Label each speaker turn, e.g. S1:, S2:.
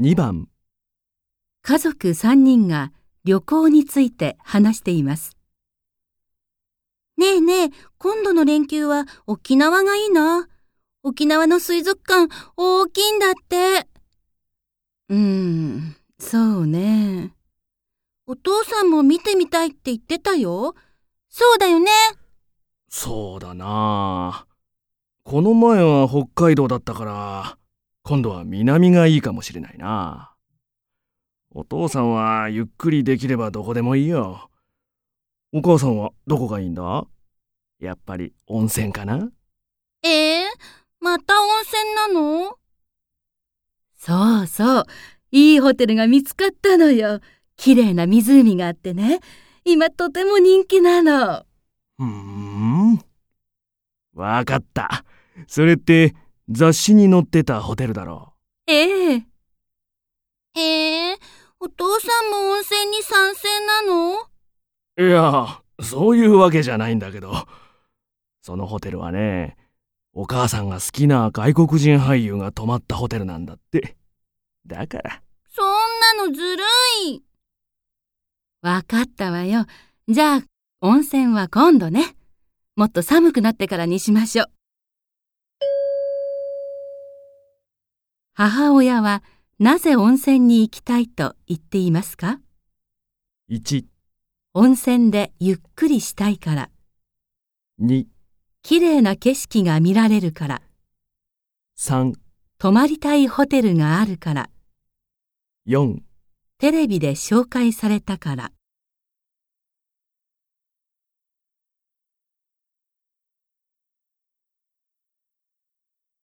S1: 2番、
S2: 家族3人が旅行について話しています。ねえねえ、今度の連休は沖縄がいいな。沖縄の水族館大きいんだって。うーん、そうね。お父さんも見てみたいって言ってたよ。そうだよね。
S1: そうだなあこの前は北海道だったから、今度は南がいいかもしれないな。お父さんはゆっくりできればどこでもいいよ。お母さんはどこがいいんだやっぱり温泉かな
S2: ええまた温泉なのそうそう。いいホテルが見つかったのよ。綺麗な湖があってね。今とても人気なの。
S1: うーん。わかった。それって雑誌に載ってたホテルだろ
S2: ええええお父さんも温泉に賛成なの
S1: いや、そういうわけじゃないんだけど。そのホテルはね、お母さんが好きな外国人俳優が泊まったホテルなんだって。だから。
S2: そんなのずるい。わかったわよ。じゃあ、温泉は今度ね。もっと寒くなってからにしましょう。母親はなぜ温泉に行きたいと言っていますか
S1: 1、
S2: 温泉でゆっくりしたいから、
S1: 2、
S2: 綺麗な景色が見られるから、
S1: 3、
S2: 泊まりたいホテルがあるから、
S1: 4。
S2: テレビで紹介されたから。